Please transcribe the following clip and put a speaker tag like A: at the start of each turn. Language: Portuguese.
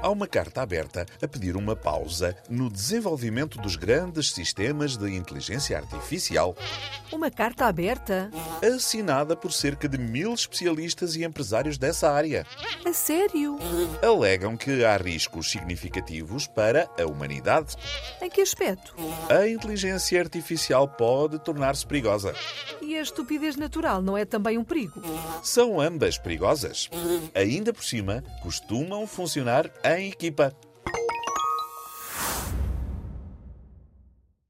A: Há uma carta aberta a pedir uma pausa no desenvolvimento dos grandes sistemas de inteligência artificial,
B: Uma carta aberta?
A: assinada por cerca de mil especialistas e empresários dessa área.
B: A sério?
A: Alegam que há riscos significativos para a humanidade.
B: Em que aspecto?
A: A inteligência artificial pode tornar-se perigosa.
B: E a estupidez natural não é também um perigo?
A: São ambas perigosas. Ainda por cima, costumam funcionar em equipa.